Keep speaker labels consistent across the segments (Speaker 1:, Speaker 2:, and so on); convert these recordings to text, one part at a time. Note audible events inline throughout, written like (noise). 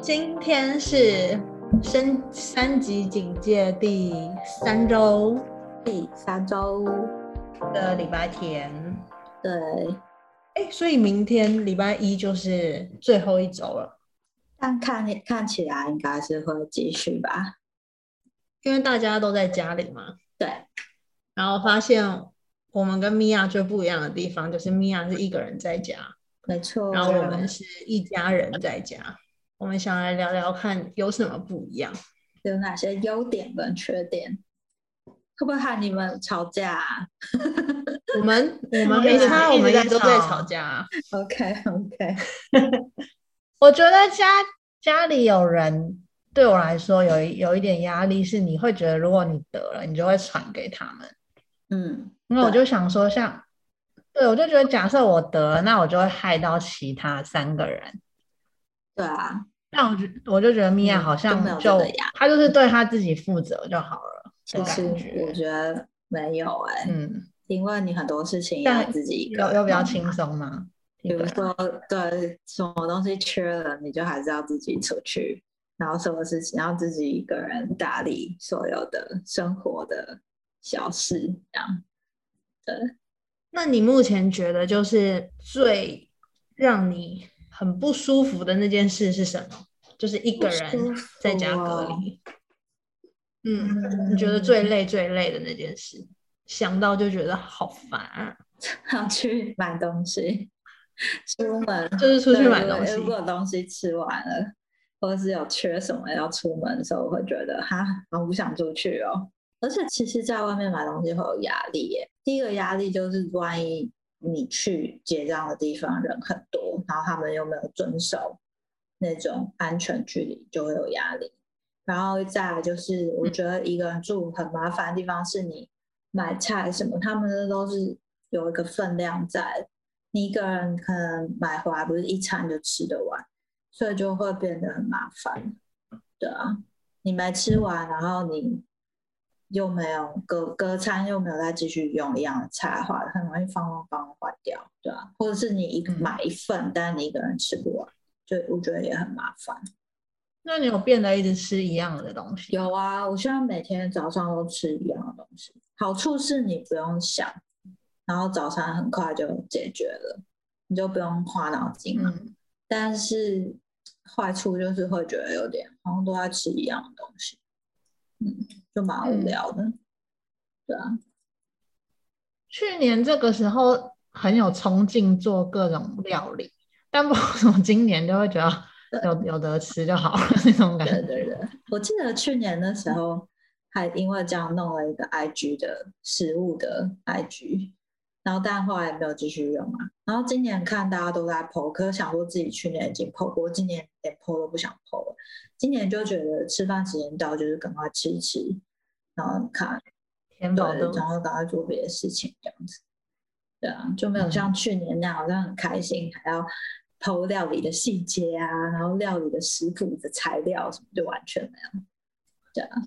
Speaker 1: 今天是升三级警戒第三周
Speaker 2: 第三周，
Speaker 1: 的礼拜天，
Speaker 2: 对，
Speaker 1: 哎，所以明天礼拜一就是最后一周了，
Speaker 2: 但看看起来应该是会继续吧？
Speaker 1: 因为大家都在家里嘛。
Speaker 2: 对，
Speaker 1: 然后发现我们跟米娅最不一样的地方就是米娅是一个人在家，
Speaker 2: 没
Speaker 3: 哦
Speaker 2: 错。
Speaker 1: 然后我们是一家人在家。我们想来聊聊看有什么不
Speaker 3: (laughs)
Speaker 1: 一样。
Speaker 2: 有哪些优点跟缺点？会不会害你们吵架啊 (laughs)
Speaker 1: 我们我
Speaker 3: 我
Speaker 1: 们
Speaker 3: 们
Speaker 1: 没
Speaker 3: 一直
Speaker 1: 差，我
Speaker 3: 一直
Speaker 1: 们
Speaker 3: 在
Speaker 1: 也都在
Speaker 3: 吵
Speaker 1: 吵架啊、
Speaker 2: ？OK OK，
Speaker 1: 我觉得家家里有人对我来说有一有一点压力，是你会觉得如果你得了，你就会传给他们。
Speaker 2: 嗯，
Speaker 1: 因为我
Speaker 2: 对
Speaker 1: 就想说像，对我就觉得假设我得了，那我就会害到其他三个人。
Speaker 2: 对啊，
Speaker 1: 但我就我就觉得米娅
Speaker 2: 嗯
Speaker 1: 好
Speaker 2: 就没
Speaker 1: 像就
Speaker 2: 有这个压
Speaker 1: 她就是对她自己负责就好了的
Speaker 2: 其
Speaker 1: 感
Speaker 2: 实我
Speaker 1: 觉，
Speaker 2: 觉得没有哎、
Speaker 1: 嗯，
Speaker 2: 因为你很多事情
Speaker 1: 但
Speaker 2: 要自己一个
Speaker 1: 要
Speaker 2: 人
Speaker 1: 要比较
Speaker 2: 弄
Speaker 1: 轻
Speaker 2: 嘛
Speaker 1: 松
Speaker 2: (laughs)
Speaker 1: 嘛。
Speaker 2: 比
Speaker 1: 一个
Speaker 2: 如
Speaker 1: 人
Speaker 2: 说，对什么东西缺了，你就还是要自己出去，然后什么事情要自己一个人打理所有的生活的小事，这样。
Speaker 1: 那你目前觉得就是最让你很不舒服的那件事是什么？就是一个人
Speaker 2: 不舒服哦
Speaker 1: 在家隔离。嗯，你觉得最累最累的那件事，想到就觉得好烦啊、
Speaker 2: (laughs) 要去买东西，出门
Speaker 1: 就是出去
Speaker 2: 对哎
Speaker 1: 买
Speaker 2: 如果
Speaker 1: 东西
Speaker 2: 如。果东西吃完了，或是有缺什么要出门的时候，我会觉得哈，好不想出去哦。而且其实，在外面买东西会有压力耶。第一个压力就是，万一你去结账的地方人很多，然后他们又没有遵守那种安全距离，就会有压力。然后再来就是，
Speaker 1: 嗯
Speaker 2: 我觉得一个人住很麻烦的地方是你买菜什么，他们的都是有一个分量在，你一个人可能买回来不是一餐就吃得完，所以就会变得很麻烦。对啊，你没吃完，然后你又没有隔隔餐又没有再继续用一样的菜的话，很容易放放放坏掉，对啊，或者是你一个
Speaker 1: 嗯
Speaker 2: 买一份，但你一个人吃不完，就我觉得也很麻烦。
Speaker 1: 那你有变得一直吃一样的东西？
Speaker 2: 有啊，我现在每天早上都吃一样的东西。好处是你不用想，然后早餐很快就解决了，你就不用花脑筋了。
Speaker 1: 嗯，
Speaker 2: 但是坏处就是会觉得有点好像都在吃一样的东西，嗯，就蛮无聊的。对啊，
Speaker 1: 去年这个时候很有冲劲做各种料理，但 (laughs) 不知道为什么今年就会觉得啊有有得吃就好了那种感
Speaker 2: 对
Speaker 1: 觉。
Speaker 2: 对对，我记得去年的时候还因为这样弄了一个 IG 的食物的 IG，然后但后来没有继续用嘛。然后今年看大家都在 PO，可是想说自己去年已经 PO 过，今年连 PO 都不想 PO 了。今年就觉得吃饭时间到，就是赶快吃一吃，然后看
Speaker 1: 填饱肚
Speaker 2: 对，
Speaker 1: 子
Speaker 2: 然后赶快做别的事情这样子。对啊，就没有像去年那样，好像很开心，还要剖料理的细节啊，然后料理的食谱的材料什么，就完全没有。对啊，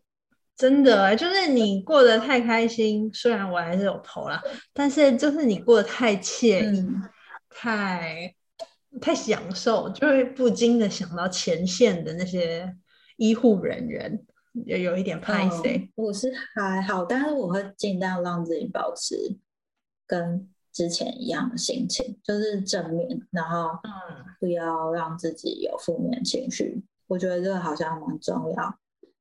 Speaker 1: 真的欸，就是你过得太开心，虽然我还是有投啦，但是就是你过得太惬意、
Speaker 2: 嗯，
Speaker 1: 太太享受，就会不禁的想到前线的那些医护人员，也有一点拍谁、
Speaker 2: 嗯我是还好，但是我会尽量让自己保持跟之前一样的心情，就是正面，然后
Speaker 1: 嗯
Speaker 2: 不要让自己有负面情绪。我觉得这个好像蛮重要，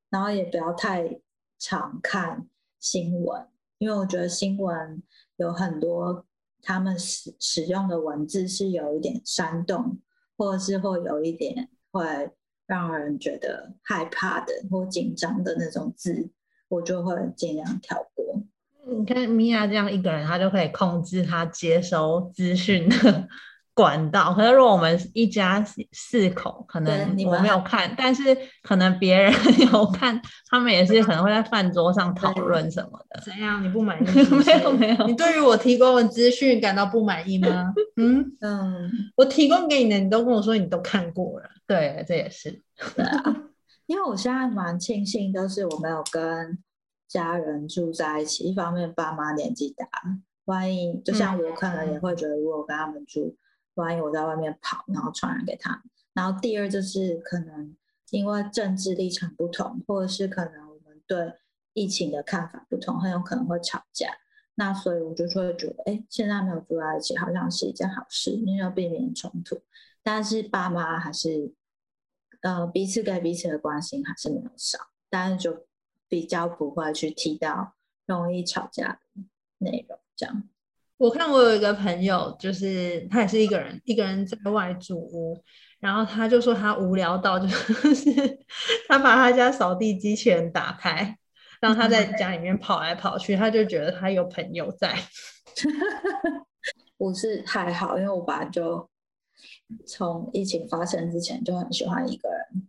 Speaker 2: 然后也不要太常看新闻，因为我觉得新闻有很多他们使使用的文字是有一点煽动，或者是会有一点会让人觉得害怕的或紧张的那种字，我就会尽量跳过。
Speaker 1: 你看米娅这样一个人，她就可以控制她接收资讯的管道。可是如果我们一家四四口，可
Speaker 2: 对
Speaker 1: 能
Speaker 2: 你
Speaker 1: 我
Speaker 2: 们
Speaker 1: 没有看，但是可能别人 (laughs) 有看，他们也是可能会在饭桌上讨
Speaker 2: 对
Speaker 1: 论什么的。
Speaker 3: 怎样？你不
Speaker 1: (laughs)
Speaker 3: 满意
Speaker 1: 没有没有，
Speaker 3: 你对于我提供的资讯感到不满意
Speaker 1: (laughs)
Speaker 3: 吗？嗯，
Speaker 2: 嗯，
Speaker 1: 我提供给你的，你都跟我说你都看过了。对，这也是。
Speaker 2: 因为我现在蛮庆幸，就是我没有跟家人住在一起。一方面，爸妈年纪大了，万一就像我可能也会觉得，如果我跟他们住，万一我在外面跑，然后传染给他们。然后第二就是可能因为政治立场不同，或者是可能我们对疫情的看法不同，很有可能会吵架。那所以我就会觉得，哎，现在没有住在一起，好像是一件好事，因为要避免冲突。但是爸妈还是，呃，彼此给彼此的关心还是没有少，但是就比较不会去提到容易吵架的内容，这样。
Speaker 1: 我看我有一个朋友，就是他也是一个人，一个人在外住屋，然后他就说他无聊到就是 (laughs) 他把他家扫地机器人打开，让他
Speaker 3: 嗯
Speaker 1: 在家里面跑来跑去，他就觉得他有朋友
Speaker 3: (laughs)
Speaker 1: 在。
Speaker 2: 我是还好，因为我本来就从疫情发生之前就很喜欢一个人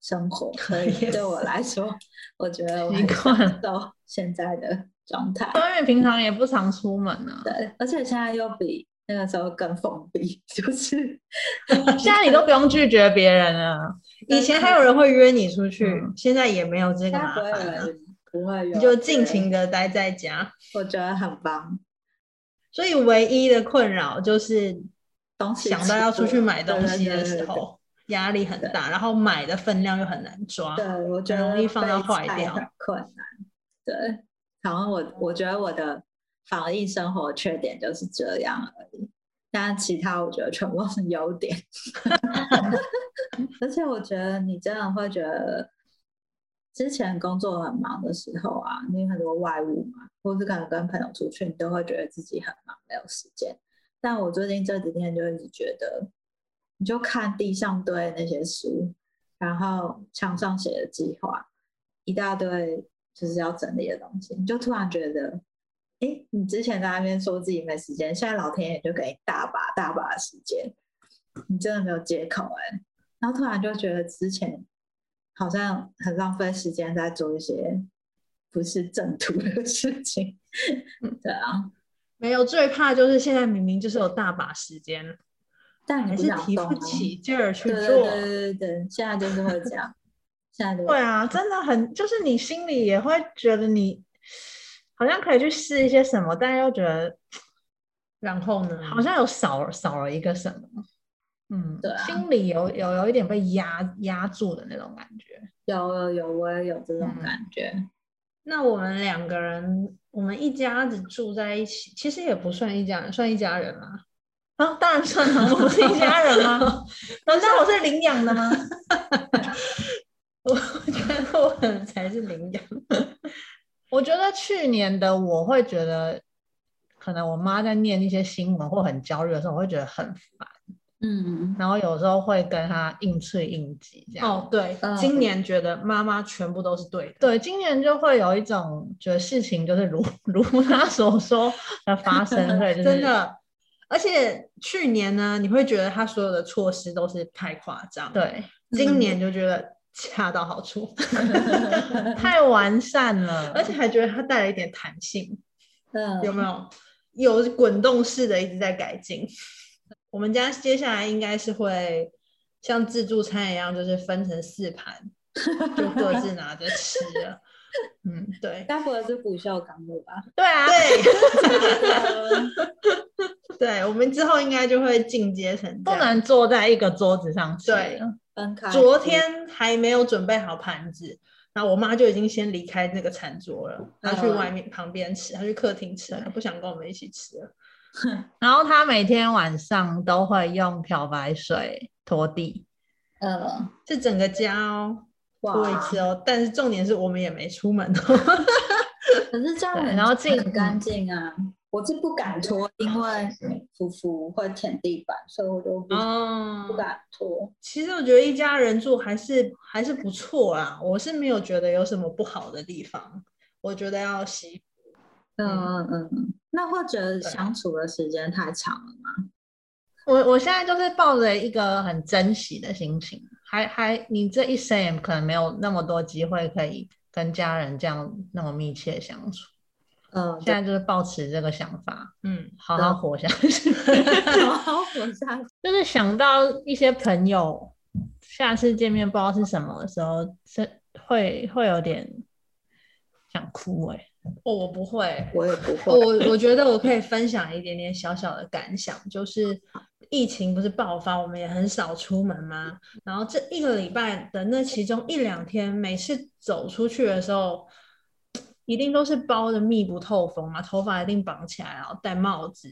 Speaker 2: 生活，所以
Speaker 1: (laughs) 也
Speaker 2: 对我来说，我觉得我
Speaker 3: 习
Speaker 2: 很
Speaker 1: (laughs)
Speaker 3: 惯
Speaker 2: 享受现在的状态。
Speaker 3: 因为平常也不常出门啊，
Speaker 1: (laughs)
Speaker 2: 对，而且现在又比那个时候更封闭， (laughs) 就是
Speaker 3: 现在你都不用拒绝别人了，
Speaker 1: 以前还有人会约你出去，
Speaker 3: 嗯
Speaker 1: 现在也没有这
Speaker 2: 现
Speaker 1: 个
Speaker 2: 在
Speaker 1: 麻
Speaker 2: 不会有
Speaker 1: 烦了，
Speaker 2: 人不会有
Speaker 1: 你就
Speaker 2: 人
Speaker 1: 尽情的待在家。
Speaker 2: 我觉得很棒。
Speaker 1: 所以唯一的困扰就是
Speaker 2: 东西
Speaker 1: 想
Speaker 2: 吃
Speaker 1: 到要出
Speaker 2: 不
Speaker 1: 去
Speaker 2: 完
Speaker 1: 买东西的时，候，压力很大，然后买的分量又很难抓
Speaker 2: 对。对对对对我觉得
Speaker 1: 容易放到
Speaker 2: 备
Speaker 1: 坏
Speaker 2: 菜
Speaker 1: 掉
Speaker 2: 很困难。对，然后我我觉得我的防疫生活缺点就是这样而已，但其他我觉得全部都是优点。 (laughs) 而且我觉得你真的会觉得，之前工作很忙的时候啊，你很多外务嘛，或是可能跟朋友出去，你都会觉得自己很忙，没有时间。但我最近这几天就一直觉得，你就看地上堆的那些书，然后墙上写的计划，一大堆就是要整理的东西，你就突然觉得，哎，你之前在那边说自己没时间，现在老天爷就给你大把大把的时间，你真的没有借口哎、然后突然就觉得之前好像很浪费时间在做一些不是正途的事情，对啊，
Speaker 1: 没有最怕就是现在明明就是有大把时间，
Speaker 2: 但你
Speaker 1: 还
Speaker 2: 不
Speaker 1: 是
Speaker 2: 想
Speaker 1: 提
Speaker 2: 动
Speaker 1: 不
Speaker 2: 啊
Speaker 1: 起劲儿去
Speaker 2: 对对
Speaker 1: 做。
Speaker 2: 对对对，现在就是会这样，现
Speaker 1: (laughs)
Speaker 2: 在就
Speaker 3: 对啊，真的很，就是你心里也会觉得你好像可以去试一些什么，但又
Speaker 2: (sniffs)
Speaker 3: 觉得
Speaker 1: 然后呢？
Speaker 3: 好像有少少了一个什么，嗯，
Speaker 2: 对啊
Speaker 3: 心里有有有一点被压压住的那种感觉。
Speaker 2: 有有有，我也有这种
Speaker 1: 嗯
Speaker 2: 感觉。
Speaker 1: 那我们两个人，我们一家子住在一起，其实也不算一家人，算一家人啊。
Speaker 3: 啊，当然算了，我们是一家人啊。难道我是领养的吗？
Speaker 1: (laughs) 我觉得我可能才是领养。
Speaker 3: (laughs) 我觉得去年的我会觉得，可能我妈在念一些新闻或很焦虑的时候，我会觉得很烦，
Speaker 2: 嗯，
Speaker 3: 然后有时候会跟她硬吹硬挤这样。
Speaker 1: 哦，对，
Speaker 2: 嗯
Speaker 1: 今年觉得妈妈全部都是对的。
Speaker 3: 对，今年就会有一种觉得事情就是如 (laughs) 如她所说的发生，对，就是
Speaker 1: 真的。而且去年呢，你会觉得他所有的措施都是太夸张，。
Speaker 3: 对，
Speaker 1: 今年就觉得恰到好处， (laughs)
Speaker 3: 太完善了，
Speaker 1: 而且还觉得它带了一点弹性，
Speaker 2: 嗯，
Speaker 1: 有没有？有滚动式的一直在改进。我们家接下来应该是会像自助餐一样，就是分成四盘，就各自拿着吃了。嗯，对
Speaker 2: 该不会是不锈钢的 (laughs) 吧？
Speaker 3: 对啊，
Speaker 1: 对
Speaker 2: 啊
Speaker 1: 对，我们之后应该就会进阶成这
Speaker 3: 不
Speaker 1: 样
Speaker 3: 能坐在一个桌子上吃。
Speaker 1: 对
Speaker 2: 分开。
Speaker 1: 昨天还没有准备好盘子，然后我妈就已经先离开那个餐桌了，她去外面旁边吃，她去客厅吃，她不想跟我们一起吃了。
Speaker 3: 然后她每天晚上都会用漂白水拖地，
Speaker 2: 嗯，
Speaker 1: 是整个家哦，过一
Speaker 2: 哇，
Speaker 1: 次哦，但是重点是我们也没出门哦。 (laughs)
Speaker 2: 可是这样
Speaker 3: 对
Speaker 2: 很
Speaker 3: 然后进
Speaker 2: 很干净啊。我是不敢拖，因为福福会舔地板，所以我就不、不
Speaker 1: 哦，
Speaker 2: 敢拖。
Speaker 1: 其实我觉得一家人住还是还是不错啦，我是没有觉得有什么不好的地方。我觉得要洗，
Speaker 2: 嗯嗯嗯嗯，那会觉得
Speaker 1: 对
Speaker 2: 相处的时间太长了吗？
Speaker 3: 我我现在就是抱着一个很珍惜的心情，还还你这一生也可能没有那么多机会可以跟家人这样那么密切相处，
Speaker 2: 嗯，
Speaker 3: 现在就是抱持这个想法，
Speaker 1: 嗯，
Speaker 3: 好好活下去。 (laughs)
Speaker 2: 对。然后我下
Speaker 3: 就是想到一些朋友，下次见面不知道是什么的时候，是会会有点想哭哎、
Speaker 1: 哦，我不会，
Speaker 2: 我也不会。
Speaker 1: 我我觉得我可以分享一点点小小的感想，就是疫情不是爆发，我们也很少出门嘛。然后这一个礼拜的那其中一两天，每次走出去的时候，一定都是包的密不透风嘛，头发一定绑起来，然后戴帽子、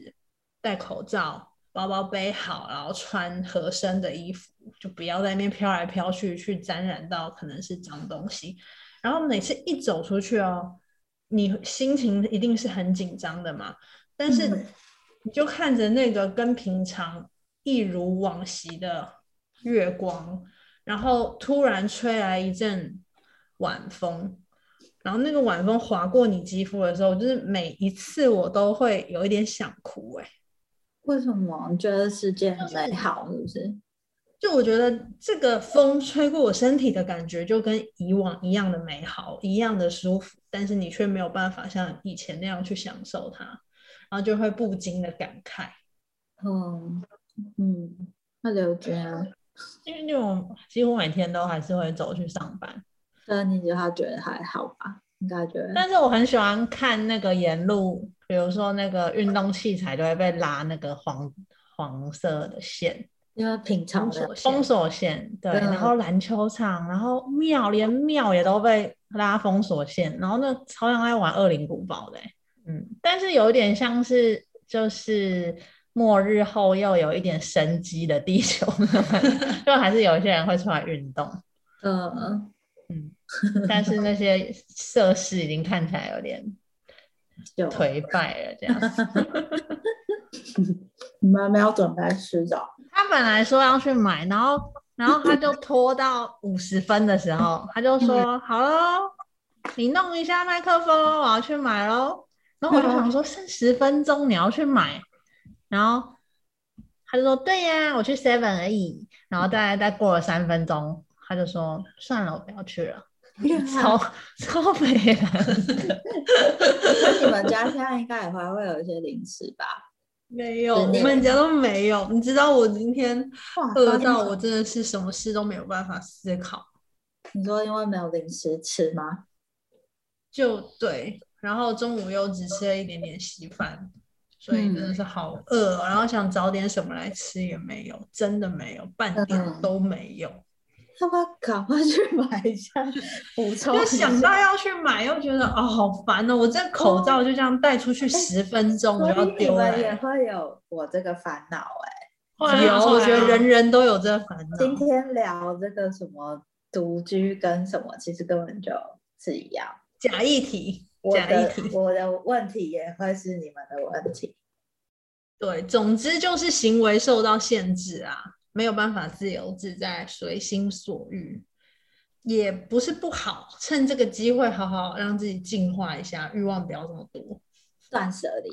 Speaker 1: 戴口罩、包包背好，然后穿合身的衣服，就不要在那边飘来飘去，去沾染到可能是脏东西。然后每次一走出去哦，你心情一定是很紧张的嘛，但是。
Speaker 2: 嗯
Speaker 1: 你就看着那个跟平常一如往昔的月光，然后突然吹来一阵晚风，然后那个晚风划过你肌肤的时候，就是每一次我都会有一点想哭、欸，
Speaker 2: 为什么你觉得世界很美好？是不是？
Speaker 1: 就我觉得这个风吹过我身体的感觉，就跟以往一样的美好，一样的舒服，但是你却没有办法像以前那样去享受它，然后就会不禁的感慨。
Speaker 2: 嗯嗯，那刘娟啊，
Speaker 3: 因为就我几乎每天都还是会走去上班，
Speaker 2: 那你觉得他觉得还好吧？应该觉得
Speaker 3: 但是我很喜欢看那个沿路，比如说那个运动器材都会被拉那个黄黄色的线，
Speaker 2: 因为平常
Speaker 3: 封
Speaker 2: 的
Speaker 3: 锁封锁线，对，
Speaker 2: 嗯
Speaker 3: 然后篮球场，然后庙连庙也都被拉封锁线，然后那超像在玩恶灵古堡的欸、嗯，但是有一点像是就是末日后又有一点生机的地球那种感觉， (laughs) 就还是有一些人会出来运动，
Speaker 2: 嗯，
Speaker 3: 但是那些设施已经看起来有点
Speaker 2: 就
Speaker 3: 颓败了，这样。
Speaker 2: 你们没有准备洗澡，
Speaker 3: 他本来说要去买，然后然后他就拖到五十分的时
Speaker 1: 嗯
Speaker 3: 候，他就说：“好喽，你弄一下麦克风哦，我要去买喽。”
Speaker 1: 嗯
Speaker 3: 然后我就想说，剩十分钟你要去买，然后他就说：“对呀，我去 Seven 而已。”
Speaker 1: 嗯
Speaker 3: 然后大概再过了三分钟，他就说：“算了，我不要去
Speaker 1: (laughs)
Speaker 3: 了。”超超美了，
Speaker 2: 那你们家现在应该也还会有一些零食吧？
Speaker 1: 没有，
Speaker 2: 真
Speaker 1: 我
Speaker 2: 的
Speaker 1: 们家都没有。你知道我今天
Speaker 2: 哇
Speaker 1: 饿到我，真的是什么事都没有办法思考，
Speaker 2: 你说因为没有零食吃吗？
Speaker 1: 就对。然后中午又只吃了一点点稀饭，所以真的是
Speaker 2: 嗯
Speaker 1: 好饿哦、然后想找点什么来吃也没有，真的没有，半点
Speaker 2: 嗯
Speaker 1: 都没
Speaker 2: (laughs)
Speaker 1: 有。
Speaker 2: 要不要赶快去买一 (laughs) 下补充
Speaker 1: 就
Speaker 2: 一
Speaker 1: 想
Speaker 2: 下
Speaker 1: 到要去买，又觉得哦好烦哦，我这口罩就这样带出去十分钟，我
Speaker 2: 所
Speaker 1: 就要
Speaker 2: 以哎你
Speaker 1: 丢
Speaker 2: 们也
Speaker 1: 了。欸
Speaker 2: 会有我这个烦恼哎。
Speaker 1: 有，我觉得人
Speaker 3: 人
Speaker 1: 人都有这烦恼。
Speaker 2: 今天聊这个什么独居跟什么，其实根本就是一样。
Speaker 1: 假议题，
Speaker 2: 我
Speaker 1: 假议
Speaker 2: 的
Speaker 1: 题。
Speaker 2: (laughs) 我的问题也会是你们的问题。
Speaker 1: 对，总之就是行为受到限制啊，没有办法自由自在、随心所欲，也不是不好。趁这个机会，好好让自己净化一下，欲望不要这么多。
Speaker 2: 断舍离，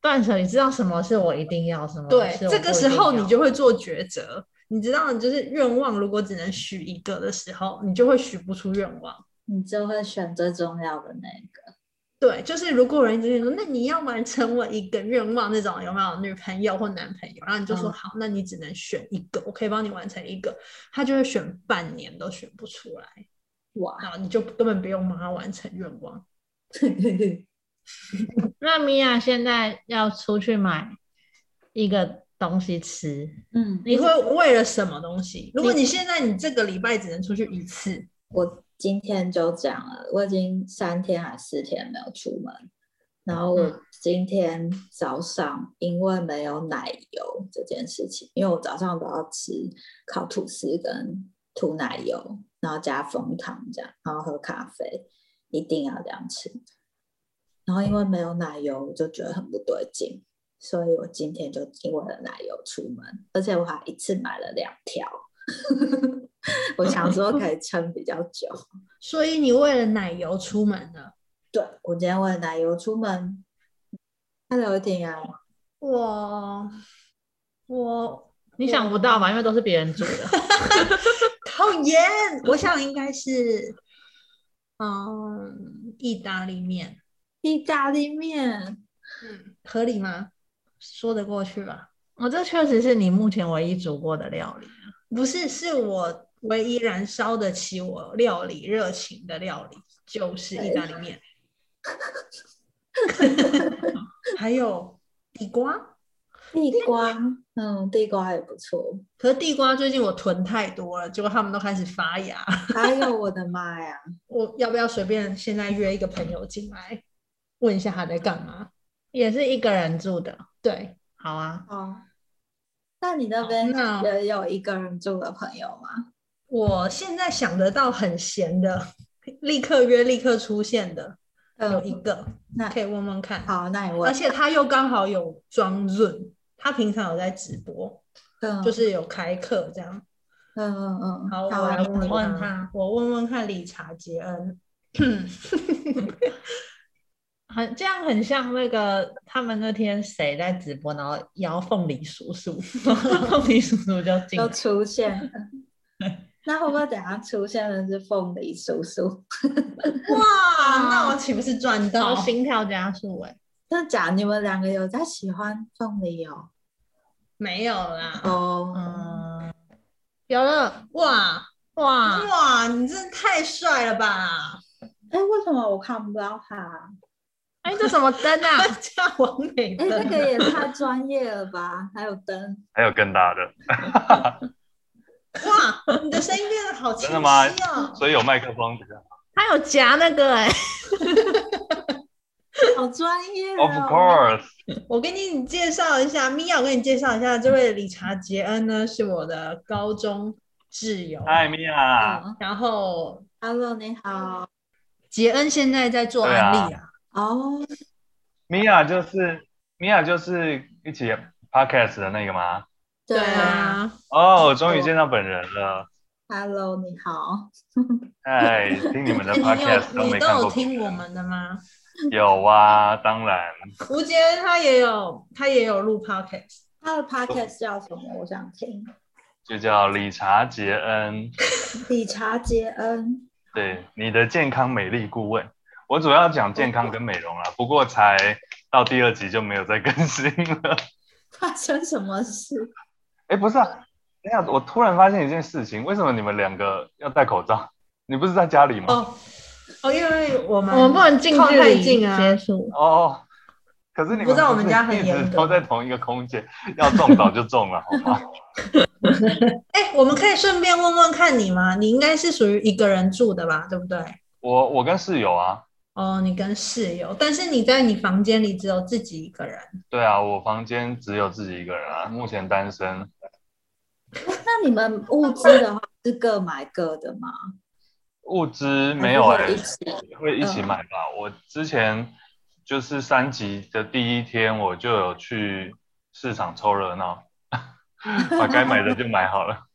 Speaker 3: 断舍，你知道什么是我一定要，什么
Speaker 1: 对
Speaker 3: 哦是，我
Speaker 1: 这
Speaker 3: 不
Speaker 1: 个
Speaker 3: 一
Speaker 1: 时
Speaker 3: 定
Speaker 1: 候你
Speaker 3: 要
Speaker 1: 就会做抉择。你知道，你就是愿望，如果只能许一个的时候，你就会许不出愿望。
Speaker 2: 你就会选最重要的那个。
Speaker 1: 对，就是如果有人一直跟你说，那你要完成我一个愿望，那种有没有女朋友或男朋友？然后你就说、
Speaker 2: 嗯
Speaker 1: 好，那你只能选一个，我可以帮你完成一个，他就会选半年都选不出来，
Speaker 2: 哇，
Speaker 1: 然后你就根本不用帮他完成愿望。
Speaker 3: 那米娅现在要出去买一个东西吃，
Speaker 2: 嗯，
Speaker 1: 你会为了什么东西？如果
Speaker 3: 你
Speaker 1: 你现在你这个礼拜只能出去一次，
Speaker 2: 我今天就这样了，我已经三天还四天没有出门，然后我
Speaker 3: 嗯
Speaker 2: 今天早上因为没有奶油这件事情，因为我早上都要吃烤吐司跟涂奶油，然后加枫糖这样，然后喝咖啡，一定要这样吃。然后因为没有奶油，我就觉得很不对劲，所以我今天就因为了奶油出门，而且我还一次买了两条， (laughs) 我想说可以撑比较久。
Speaker 1: 所以你为了奶油出门了。
Speaker 2: 对，我今天为了奶油出门。那刘婷啊，
Speaker 1: 我我
Speaker 3: 你想不到吧？因为都是别人煮的。
Speaker 1: (laughs) 讨厌，我想应该是嗯意大利面。
Speaker 2: 意大利面，
Speaker 1: 嗯，合理吗？说得过去吧？
Speaker 3: 我哦这确实是你目前唯一煮过的料理。
Speaker 1: 不是，是我唯一燃烧得起我料理热情的料理，就是意大利面， (laughs) 还有地瓜，
Speaker 2: 地瓜，嗯，地瓜也不错。
Speaker 1: 可是地瓜最近我囤太多了，结果它们都开始发芽。 (laughs)
Speaker 2: 还有我的妈呀，
Speaker 1: 我要不要随便现在约一个朋友进来，问一下他在干嘛？
Speaker 3: 也是一个人住的，
Speaker 1: 对，
Speaker 3: 好啊。
Speaker 2: 哦，那你那边
Speaker 1: 那
Speaker 2: 也有一个人住的朋友吗？
Speaker 1: 我现在想得到很闲的，立刻约、立刻出现的，有一
Speaker 2: 嗯，
Speaker 1: 个
Speaker 2: 那
Speaker 1: 可以问问看。
Speaker 2: 好，那你
Speaker 1: 呃而
Speaker 2: 问，
Speaker 1: 且他又刚好有装润，他平常有在直播，
Speaker 2: 嗯，
Speaker 1: 就是有开课这样。
Speaker 2: 嗯嗯嗯，
Speaker 1: 好，我
Speaker 2: 好啊
Speaker 1: 来问
Speaker 3: 你问
Speaker 1: 他，我问问看理查杰
Speaker 2: (laughs)
Speaker 1: 恩。
Speaker 3: 很这样很像那个他们那天谁在直播，然后邀凤梨叔叔，然后凤梨叔叔就进
Speaker 2: 都
Speaker 1: 哦
Speaker 3: 来，
Speaker 2: 出现
Speaker 1: (laughs)
Speaker 2: 了。那会不会等下出现的是凤梨叔叔？ (laughs)
Speaker 1: 哇，那我岂不是赚
Speaker 3: 然
Speaker 1: 到？
Speaker 3: 后心跳加速哎、
Speaker 2: 真的假的？你们两个有在喜欢凤梨哦？
Speaker 1: 没有啦。
Speaker 2: 哦，
Speaker 3: 嗯，有了
Speaker 1: 哇
Speaker 2: 啊
Speaker 3: 哇，
Speaker 1: 哇，你真的太帅了吧！
Speaker 2: 哎，为什么我看不到他？啊
Speaker 3: 哎、这什么灯啊？
Speaker 1: (laughs) 叫王美
Speaker 2: 哎，
Speaker 1: 灯
Speaker 2: 这个也太专业了吧！还有灯，
Speaker 4: 还有更大的，
Speaker 1: 哇，你的声音变得好清晰
Speaker 4: 真的吗
Speaker 1: 哦。
Speaker 4: 所以有麦克风比较好。
Speaker 3: 他有夹那
Speaker 1: (laughs)
Speaker 3: 个哎、
Speaker 2: 好专业
Speaker 1: 啊
Speaker 4: Of
Speaker 2: 哦。
Speaker 4: course，
Speaker 1: 我给你介绍一下，米娅，我给你介绍一下，这位理查杰恩呢是我的高中挚友。
Speaker 4: 艾哎米娅，
Speaker 2: 嗯
Speaker 1: 然后
Speaker 2: Hello，你好。
Speaker 1: 杰恩现在在做安利啊，
Speaker 2: 哦，
Speaker 4: 米娅就是米娅就是一起 podcast 的那个吗？
Speaker 2: 对啊
Speaker 1: 啊，
Speaker 4: 哦，终于见到本人了。
Speaker 2: ，Hello，你好。
Speaker 4: 哎，听你们的
Speaker 1: 哎
Speaker 4: podcast
Speaker 1: (laughs) 你有
Speaker 4: 没
Speaker 1: 你
Speaker 4: 看
Speaker 1: 都有
Speaker 4: 过本人。
Speaker 1: 听我们的吗？
Speaker 4: 有啊，当然，
Speaker 1: 吴杰恩他也有他也有录 podcast，
Speaker 2: 他的 podcast 叫什么？我想听。
Speaker 4: 就叫理查杰恩，
Speaker 2: 理查杰恩。
Speaker 4: 对你的健康美丽顾问。我主要讲健康跟美容啦，不过才到第二集就没有再更新了。
Speaker 2: 发生什么事？
Speaker 4: 哎，不是啊，等一下，我突然发现一件事情，为什么你们两个要戴口罩？你不是在家里吗？
Speaker 1: 哦哦，因为我们
Speaker 3: 我们不能近距
Speaker 1: 太
Speaker 3: 离
Speaker 1: 近啊
Speaker 3: 接触，
Speaker 4: 哦，可是你们
Speaker 1: 不知道我
Speaker 4: 是
Speaker 1: 们家很
Speaker 4: 一
Speaker 1: 严
Speaker 4: 直
Speaker 1: 格
Speaker 4: 都在同一个空间，要中早就中了，好吗？
Speaker 1: 哎，我们可以顺便问问看你吗？你应该是属于一个人住的吧，对不对？
Speaker 4: 我我跟室友啊，
Speaker 1: 哦，你跟室友，但是你在你房间里只有自己一个人，
Speaker 4: 对啊，我房间只有自己一个人啊，目前单身。
Speaker 2: 那你们物资的话是各买各的吗？
Speaker 4: 物资没有哎、
Speaker 2: 还是会一起
Speaker 4: 会一
Speaker 1: 嗯
Speaker 4: 起买吧。我之前就是三级的第一天，我就有去市场凑热闹， (laughs) 把该买的就买好了。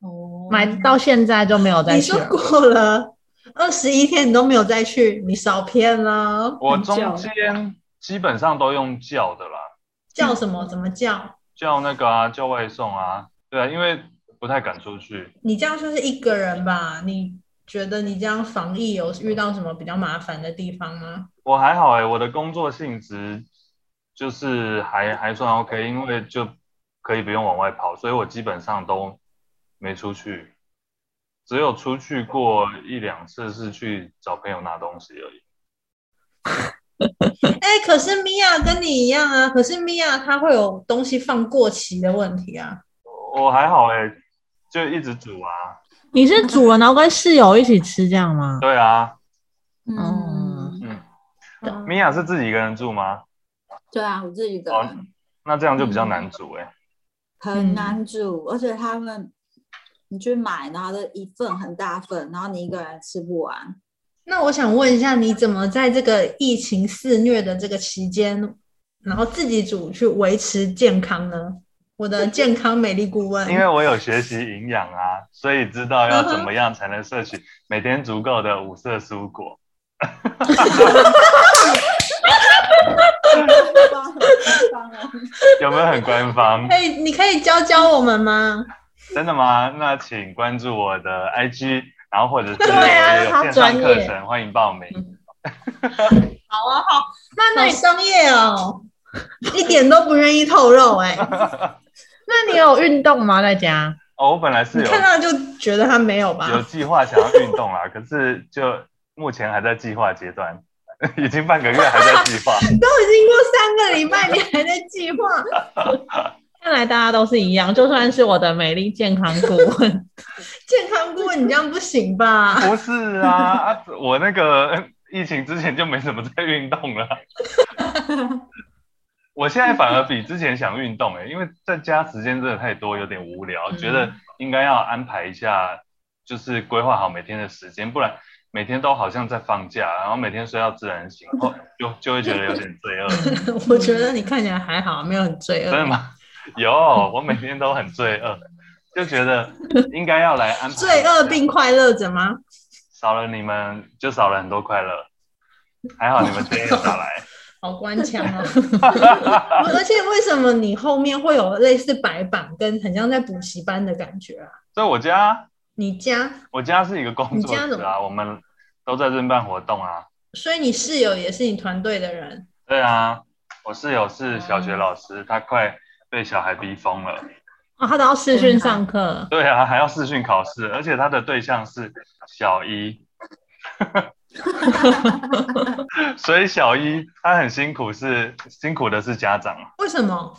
Speaker 2: 哦，
Speaker 3: 买到现在就没有再
Speaker 1: 你
Speaker 3: 去
Speaker 1: 说
Speaker 3: 了。
Speaker 1: 过了二十一天你都没有再去，你少骗了。
Speaker 4: 我
Speaker 2: 很久
Speaker 4: 中间基本上都用叫的啦，
Speaker 3: 嗯
Speaker 1: 叫什么？怎么叫？
Speaker 4: 叫那个啊，叫外送啊，对啊，因为不太敢出去。
Speaker 1: 你这样算是一个人吧？你觉得你这样防疫有遇到什么比较麻烦的地方吗？
Speaker 4: 我还好哎、我的工作性质就是还还算 OK，因为就可以不用往外跑，所以我基本上都没出去，只有出去过一两次是去找朋友拿东西而已。
Speaker 1: 哎、可是米娅跟你一样啊，可是米娅她会有东西放过期的问题啊。
Speaker 4: 我还好哎、就一直煮啊，
Speaker 3: 你是煮了，然后跟室友一起吃这样吗？
Speaker 4: 对啊，
Speaker 3: 哦
Speaker 2: 嗯，
Speaker 4: 嗯，
Speaker 1: 嗯
Speaker 4: 米娅是自己一个人住吗？
Speaker 2: 对啊，我自己一个
Speaker 4: 哦
Speaker 2: 人
Speaker 4: 那这样就比较难煮哎、
Speaker 2: 很难煮，而且他们你去买，然后就一份很大份，然后你一个人吃不完。 (laughs)
Speaker 1: 那我想问一下，你怎么在这个疫情肆虐的这个期间，然后自己煮去维持健康呢？我的健康美丽顾 (laughs) 问，
Speaker 4: 因为我有学习营养啊，所以知道要怎么样才能摄取每天足够的五色蔬果。
Speaker 2: 太棒了太棒了
Speaker 4: 有没有很
Speaker 1: (laughs)
Speaker 4: 官方？
Speaker 1: 哎、你可以教教我们吗？
Speaker 4: 真的吗？那请关注我的 IG，然后或者是我
Speaker 3: 对啊
Speaker 4: 也有线上课程，欢迎报
Speaker 1: 嗯
Speaker 4: 名。
Speaker 1: 好啊，好，那好商业哦，一点都不愿意透露
Speaker 4: (laughs)
Speaker 1: 哎、
Speaker 3: 那你有运动吗？在家？
Speaker 4: 哦，我本来是
Speaker 1: 你
Speaker 4: 有
Speaker 1: 看到就觉得他没有
Speaker 4: 有
Speaker 1: 吧？
Speaker 4: 计划想要运动啦，可是就目前还在计划阶段。已经半个月还在计划。
Speaker 1: 都已经过三个礼拜，你还在计划？ (laughs)
Speaker 3: 看来大家都是一样，就算是我的美丽健康顾问，
Speaker 1: 健康顾问，你这样不行吧？(laughs)
Speaker 4: (laughs) 不是啊，啊我那个疫情之前就没怎么在运动了，我现在反而比之前想运动哎、因为在家时间真的太多，有点无聊，
Speaker 1: 嗯
Speaker 4: 觉得应该要安排一下，就是规划好每天的时间，不然每天都好像在放假，然后每天睡到自然醒，后就就会觉得有点罪恶，
Speaker 1: 我觉得你看起来还好，没有很罪恶。
Speaker 4: 真的吗？有，我每天都很罪恶，就觉得应该要来安排一下
Speaker 1: (laughs) 罪恶并快乐着吗？
Speaker 4: 少了你们就少了很多快乐，还好你们今天有打来，
Speaker 1: (laughs) 好官腔哦！ (laughs) 而且为什么你后面会有类似白板跟很像在补习班的感觉啊？
Speaker 4: 所以我家
Speaker 1: 你家，
Speaker 4: 我家是一个工作
Speaker 1: 你家
Speaker 4: 室
Speaker 1: 怎
Speaker 4: 啊，
Speaker 1: 么
Speaker 4: 我们都在这边办活动啊，
Speaker 1: 所以你室友也是你团队的人，
Speaker 4: 对啊，我室友是小学老师，
Speaker 1: 嗯
Speaker 4: 他快被小孩逼疯了，
Speaker 3: (laughs) 哦，他都要视讯上课，
Speaker 4: 对啊，还要视讯考试，而且他的对象是
Speaker 1: (laughs)
Speaker 4: 小一，所以小一他很辛苦是辛苦的是家长，
Speaker 1: 为什么？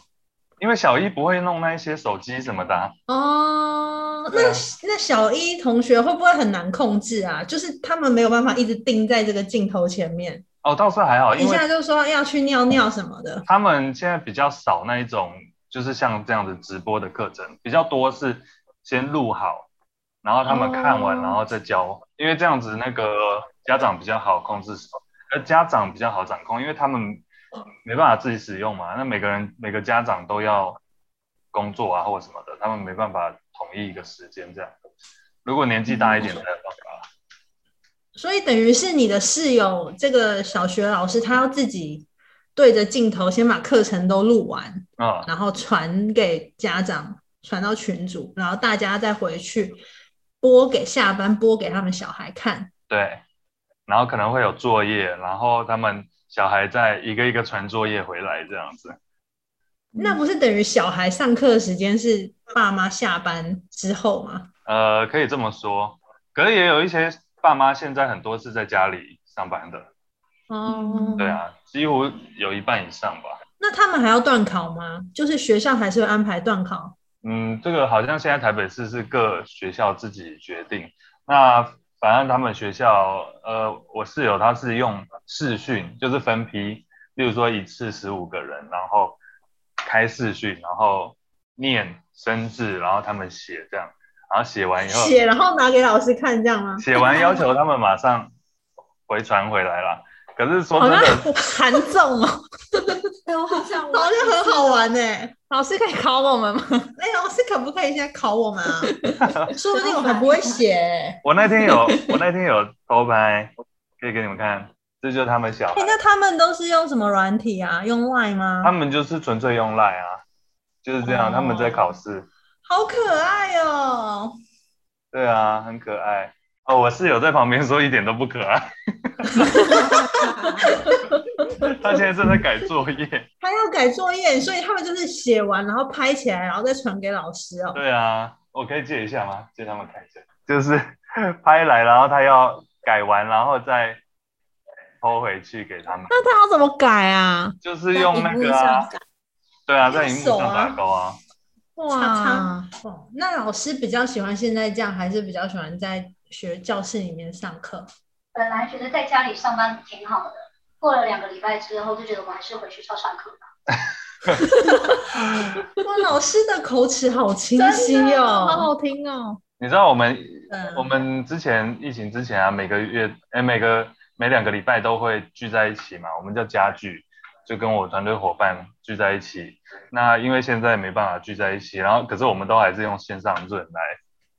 Speaker 4: 因为小一不会弄那一些手机什么的啊、
Speaker 1: 哦，那
Speaker 4: 对啊
Speaker 1: 那小一同学会不会很难控制啊？就是他们没有办法一直盯在这个镜头前面，
Speaker 4: 哦，倒是还好，
Speaker 1: 一
Speaker 4: 因为
Speaker 1: 下就说要去尿尿什么的。
Speaker 4: 他们现在比较少那一种，就是像这样子直播的课程，比较多是先录好，然后他们看完、
Speaker 1: 哦
Speaker 4: 然后再教，因为这样子那个家长比较好控制，呃，家长比较好掌控，因为他们没办法自己使用嘛，那每个人每个家长都要工作啊或什么的，他们没办法统一一个时间这样。如果年纪大一点才有办法，
Speaker 1: 所以等于是你的室友这个小学老师，他要自己对着镜头先把课程都录完，
Speaker 4: 嗯，
Speaker 1: 然后传给家长，传到群组，然后大家再回去播给下班播给他们小孩看。
Speaker 4: 对，然后可能会有作业，然后他们小孩再一个一个传作业回来这样子。嗯
Speaker 1: 那不是等于小孩上课的时间是爸妈下班之后吗？
Speaker 4: 呃，可以这么说，可是也有一些爸妈现在很多是在家里上班的，
Speaker 1: 哦，
Speaker 4: 对啊，几乎有一半以上吧。
Speaker 1: 那他们还要断考吗？就是学校还是会安排断考。
Speaker 4: 嗯，这个好像现在台北市是各学校自己决定。那反正他们学校，呃，我室友他是用视讯，就是分批，例如说一次十五个人，然后开视讯，然后念生字，然后他们写这样，然后写完以后，
Speaker 1: 写然后拿给老师看，这样吗？
Speaker 4: 写完要求他们马上回传回来啦。可是说
Speaker 3: 好
Speaker 4: 真
Speaker 3: 像
Speaker 4: 的，
Speaker 3: 韩 (laughs) 综哦，
Speaker 2: 哎，我好想
Speaker 4: 哦
Speaker 2: 玩，
Speaker 1: 好像很好玩欸呢、
Speaker 3: 老师可以考我们吗？
Speaker 1: 哎、老师可不可以现在考
Speaker 4: (laughs)
Speaker 1: 我们啊？说不定我还不会写欸、
Speaker 4: 我那天有我那天有偷拍，可以给你们看，这就是他们小
Speaker 1: 哎、
Speaker 4: 孩。
Speaker 1: 那他们都是用什么软体啊？用 Line 吗？
Speaker 4: 他们就是纯粹用赖啊，就是这样，
Speaker 1: 哦
Speaker 4: 他们在考试。
Speaker 1: 好可爱哦、
Speaker 4: 对啊，很可爱。哦，我室友在旁边说一点都不可爱，他现在正在改作业。
Speaker 1: 还要改作业，所以他们就是写完然后拍起来，然后再传给老师哦、
Speaker 4: 对啊，我可以借一下吗？借他们看一下。就是 (laughs) 拍来，然后他要改完，然后再偷回去给他们，
Speaker 3: 那 (laughs) 他要怎么改啊？
Speaker 4: 就是用那个啊，对啊，在荧幕
Speaker 1: 用手
Speaker 4: 上打
Speaker 1: 啊
Speaker 4: 勾啊。
Speaker 3: 哇
Speaker 1: 叉，哦，那老师比较喜欢现在这样，还是比较喜欢在学教室里面上课？
Speaker 5: 本来觉得在家里上班挺好的，过了两个礼拜之后就觉得我还是回学校上课吧。
Speaker 1: (laughs)
Speaker 4: (laughs)
Speaker 1: 哇，老师的口齿好清晰
Speaker 3: 好
Speaker 1: 哦、
Speaker 3: 好听哦。
Speaker 4: 你知道我们
Speaker 1: 嗯
Speaker 4: 我们之前疫情之前啊，每个月哎、每个每两个礼拜都会聚在一起嘛，我们叫家聚，就跟我团队伙伴聚在一起。那因为现在没办法聚在一起，然后可是我们都还是用线上润来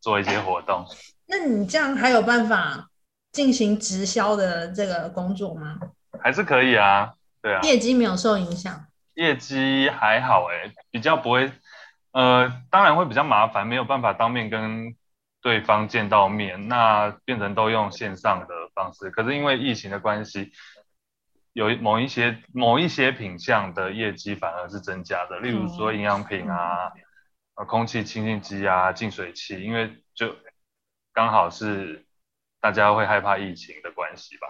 Speaker 4: 做一些活动。
Speaker 1: 那你这样还有办法进行直销的这个工作吗？
Speaker 4: 还是可以啊，对啊，
Speaker 1: 业绩没有受影响。
Speaker 4: 业绩还好哎、比较不会，呃，当然会比较麻烦，没有办法当面跟对方见到面，那变成都用线上的方式。可是因为疫情的关系，有某一些某一些品项的业绩反而是增加的，例
Speaker 1: 哦
Speaker 4: 如说营养品啊、呃空气清净机啊、净水器，因为就刚好是大家会害怕疫情的关系吧。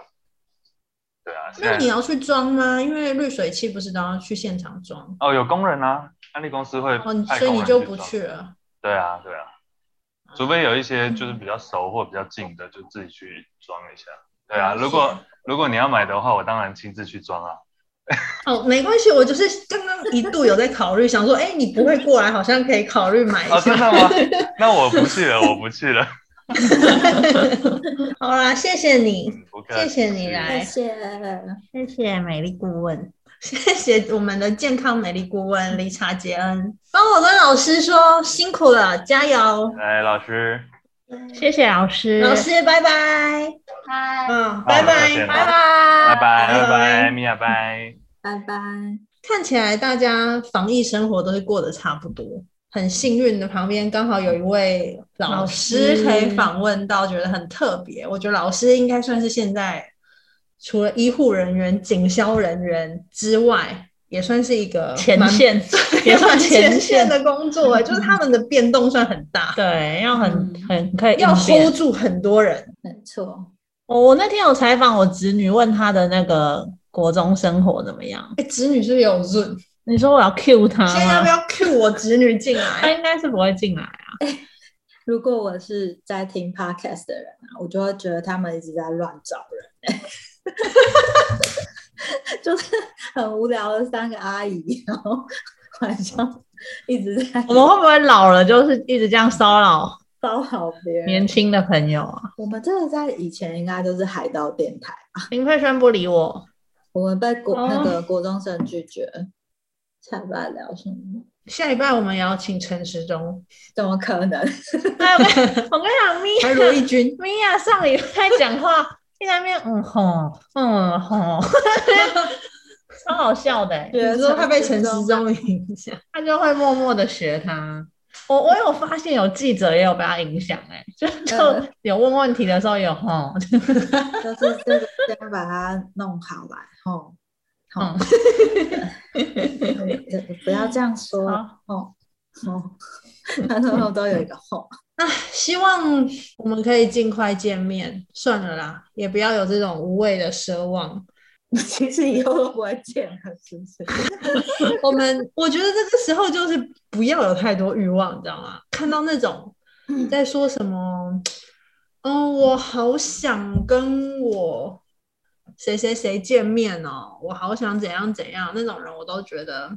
Speaker 4: 对啊，现
Speaker 1: 那
Speaker 4: 在
Speaker 1: 你要去装吗？因为滤水器不是都要去现场装？
Speaker 4: 哦有工人啊，安利公司会
Speaker 1: 哦，你
Speaker 4: 派
Speaker 1: 所以
Speaker 4: 工
Speaker 1: 你
Speaker 4: 人
Speaker 1: 就
Speaker 4: 去
Speaker 1: 不
Speaker 4: 装
Speaker 1: 去了。
Speaker 4: 对啊，对啊，除非有一些
Speaker 1: 嗯
Speaker 4: 就是比较熟或比较近的，就自己去装一下。对啊，
Speaker 1: 了解
Speaker 4: 如果如果你要买的话，我当然亲自去装啊。
Speaker 1: 哦，没关系，我就是刚刚一度有在考虑，想说，哎、你不会过来，好像可以考虑买一
Speaker 4: 哦，
Speaker 1: 下。
Speaker 4: 真的吗？那我不去了，我不
Speaker 1: (laughs)
Speaker 4: 去了。
Speaker 1: 好啦，谢谢你， (laughs)
Speaker 4: 嗯不客
Speaker 1: 谢
Speaker 4: 气
Speaker 1: 谢你来，
Speaker 2: 谢
Speaker 3: 谢谢美丽顾问。
Speaker 1: 谢谢我们的健康美丽顾问理查杰恩，帮我跟老师说辛苦了，加油，
Speaker 4: 嗯来，老师，
Speaker 3: 谢谢老师，
Speaker 1: 老师拜拜，
Speaker 5: 嗨。
Speaker 1: 嗯，
Speaker 4: 那
Speaker 1: 拜
Speaker 4: 我们再
Speaker 1: 拜
Speaker 4: 见
Speaker 1: 拜
Speaker 4: 吧
Speaker 1: 拜
Speaker 4: 拜拜拜
Speaker 1: 拜
Speaker 4: 拜，米娅拜。
Speaker 2: 拜拜。
Speaker 1: 看起来大家防疫生活都是过得差不多。很幸运的，旁边刚好有一位老师
Speaker 3: 老师
Speaker 1: 可以访问到，觉得很特别。我觉得老师应该算是现在除了医护人员、警消人员之外，也算是一个
Speaker 3: 前
Speaker 1: 蛮 (laughs)
Speaker 3: 线也
Speaker 1: 也
Speaker 3: 算
Speaker 1: 算
Speaker 3: 前
Speaker 1: 前
Speaker 3: 线
Speaker 1: 线
Speaker 3: 的，
Speaker 1: 的工作、欸，就是他们的变动算很
Speaker 3: (laughs)
Speaker 1: 大，
Speaker 3: 对，要很
Speaker 2: 嗯
Speaker 3: 很可以应
Speaker 1: 要
Speaker 3: 变
Speaker 1: hold 住很多人。
Speaker 2: 没错，
Speaker 3: 我我那天有采访我侄女，问她的那个国中生活怎么样？
Speaker 1: 哎、侄女是不是有 Zoom？
Speaker 3: 你说我要 cue 她
Speaker 1: 现在要不
Speaker 3: 吗？
Speaker 1: 要 cue 我侄女进
Speaker 3: 她
Speaker 1: 来？
Speaker 3: 应该是不会进来啊。
Speaker 2: 如果我是在听 podcast 的人啊，我就会觉得他们一直在乱找人、 (laughs) 欸，就是很无聊的三个阿姨，然后晚上一直在
Speaker 3: 我们会不会老了就是一直这样骚扰
Speaker 2: 骚扰别人。
Speaker 3: 年轻的朋友啊？
Speaker 2: 我们这个在以前应该都是海盗电台，
Speaker 3: 林佩轩不理我，
Speaker 2: 我们被国、
Speaker 3: 哦
Speaker 2: 那个国中生拒绝，才不知道聊什么，
Speaker 1: 下礼拜我们也要请陈时中，
Speaker 2: 怎么可能？
Speaker 3: 哎， (laughs) 我跟我跟你讲，米
Speaker 1: 还有罗
Speaker 3: 娅，
Speaker 1: 毅君，
Speaker 3: 米娅上礼拜讲话， (laughs) 一直在那边嗯吼，嗯 (laughs) 吼，超好笑的、欸。
Speaker 1: 比如说他被陈时
Speaker 2: 中
Speaker 1: 中影响，
Speaker 3: 他就会默默的学他。我我有发现有记者也有被他影响、欸，哎，就就
Speaker 2: 嗯
Speaker 3: 有问问题的时候有哦吼，
Speaker 2: 就是这个先把它弄好来，吼，吼，不要这样说，
Speaker 3: 好
Speaker 2: 吼，吼，他头头都有一个吼， (laughs)
Speaker 1: 希望我们可以尽快见面。算了啦，也不要有这种无谓的奢望。
Speaker 2: 其实以后都不会见了，是不是？
Speaker 1: 我们我觉得这个时候就是不要有太多欲望，你知道吗？看到那种在说什么，哦，我好想跟我谁谁谁见面哦，我好想怎样怎样那种人，我都觉得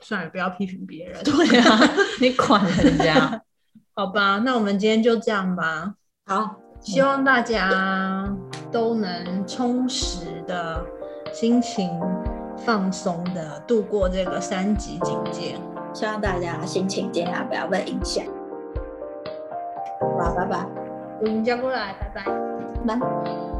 Speaker 1: 算了，不要批评别人。对
Speaker 3: 啊，你管人家？
Speaker 1: (laughs) 好吧，那我们今天就这样吧。
Speaker 2: 好，
Speaker 1: 希望大家都能充实的心情放松的度过这个三级警戒。
Speaker 2: 希望大家心情健康，不要被影响。好，拜拜，
Speaker 1: 我迎接过来，拜拜。
Speaker 2: 拜。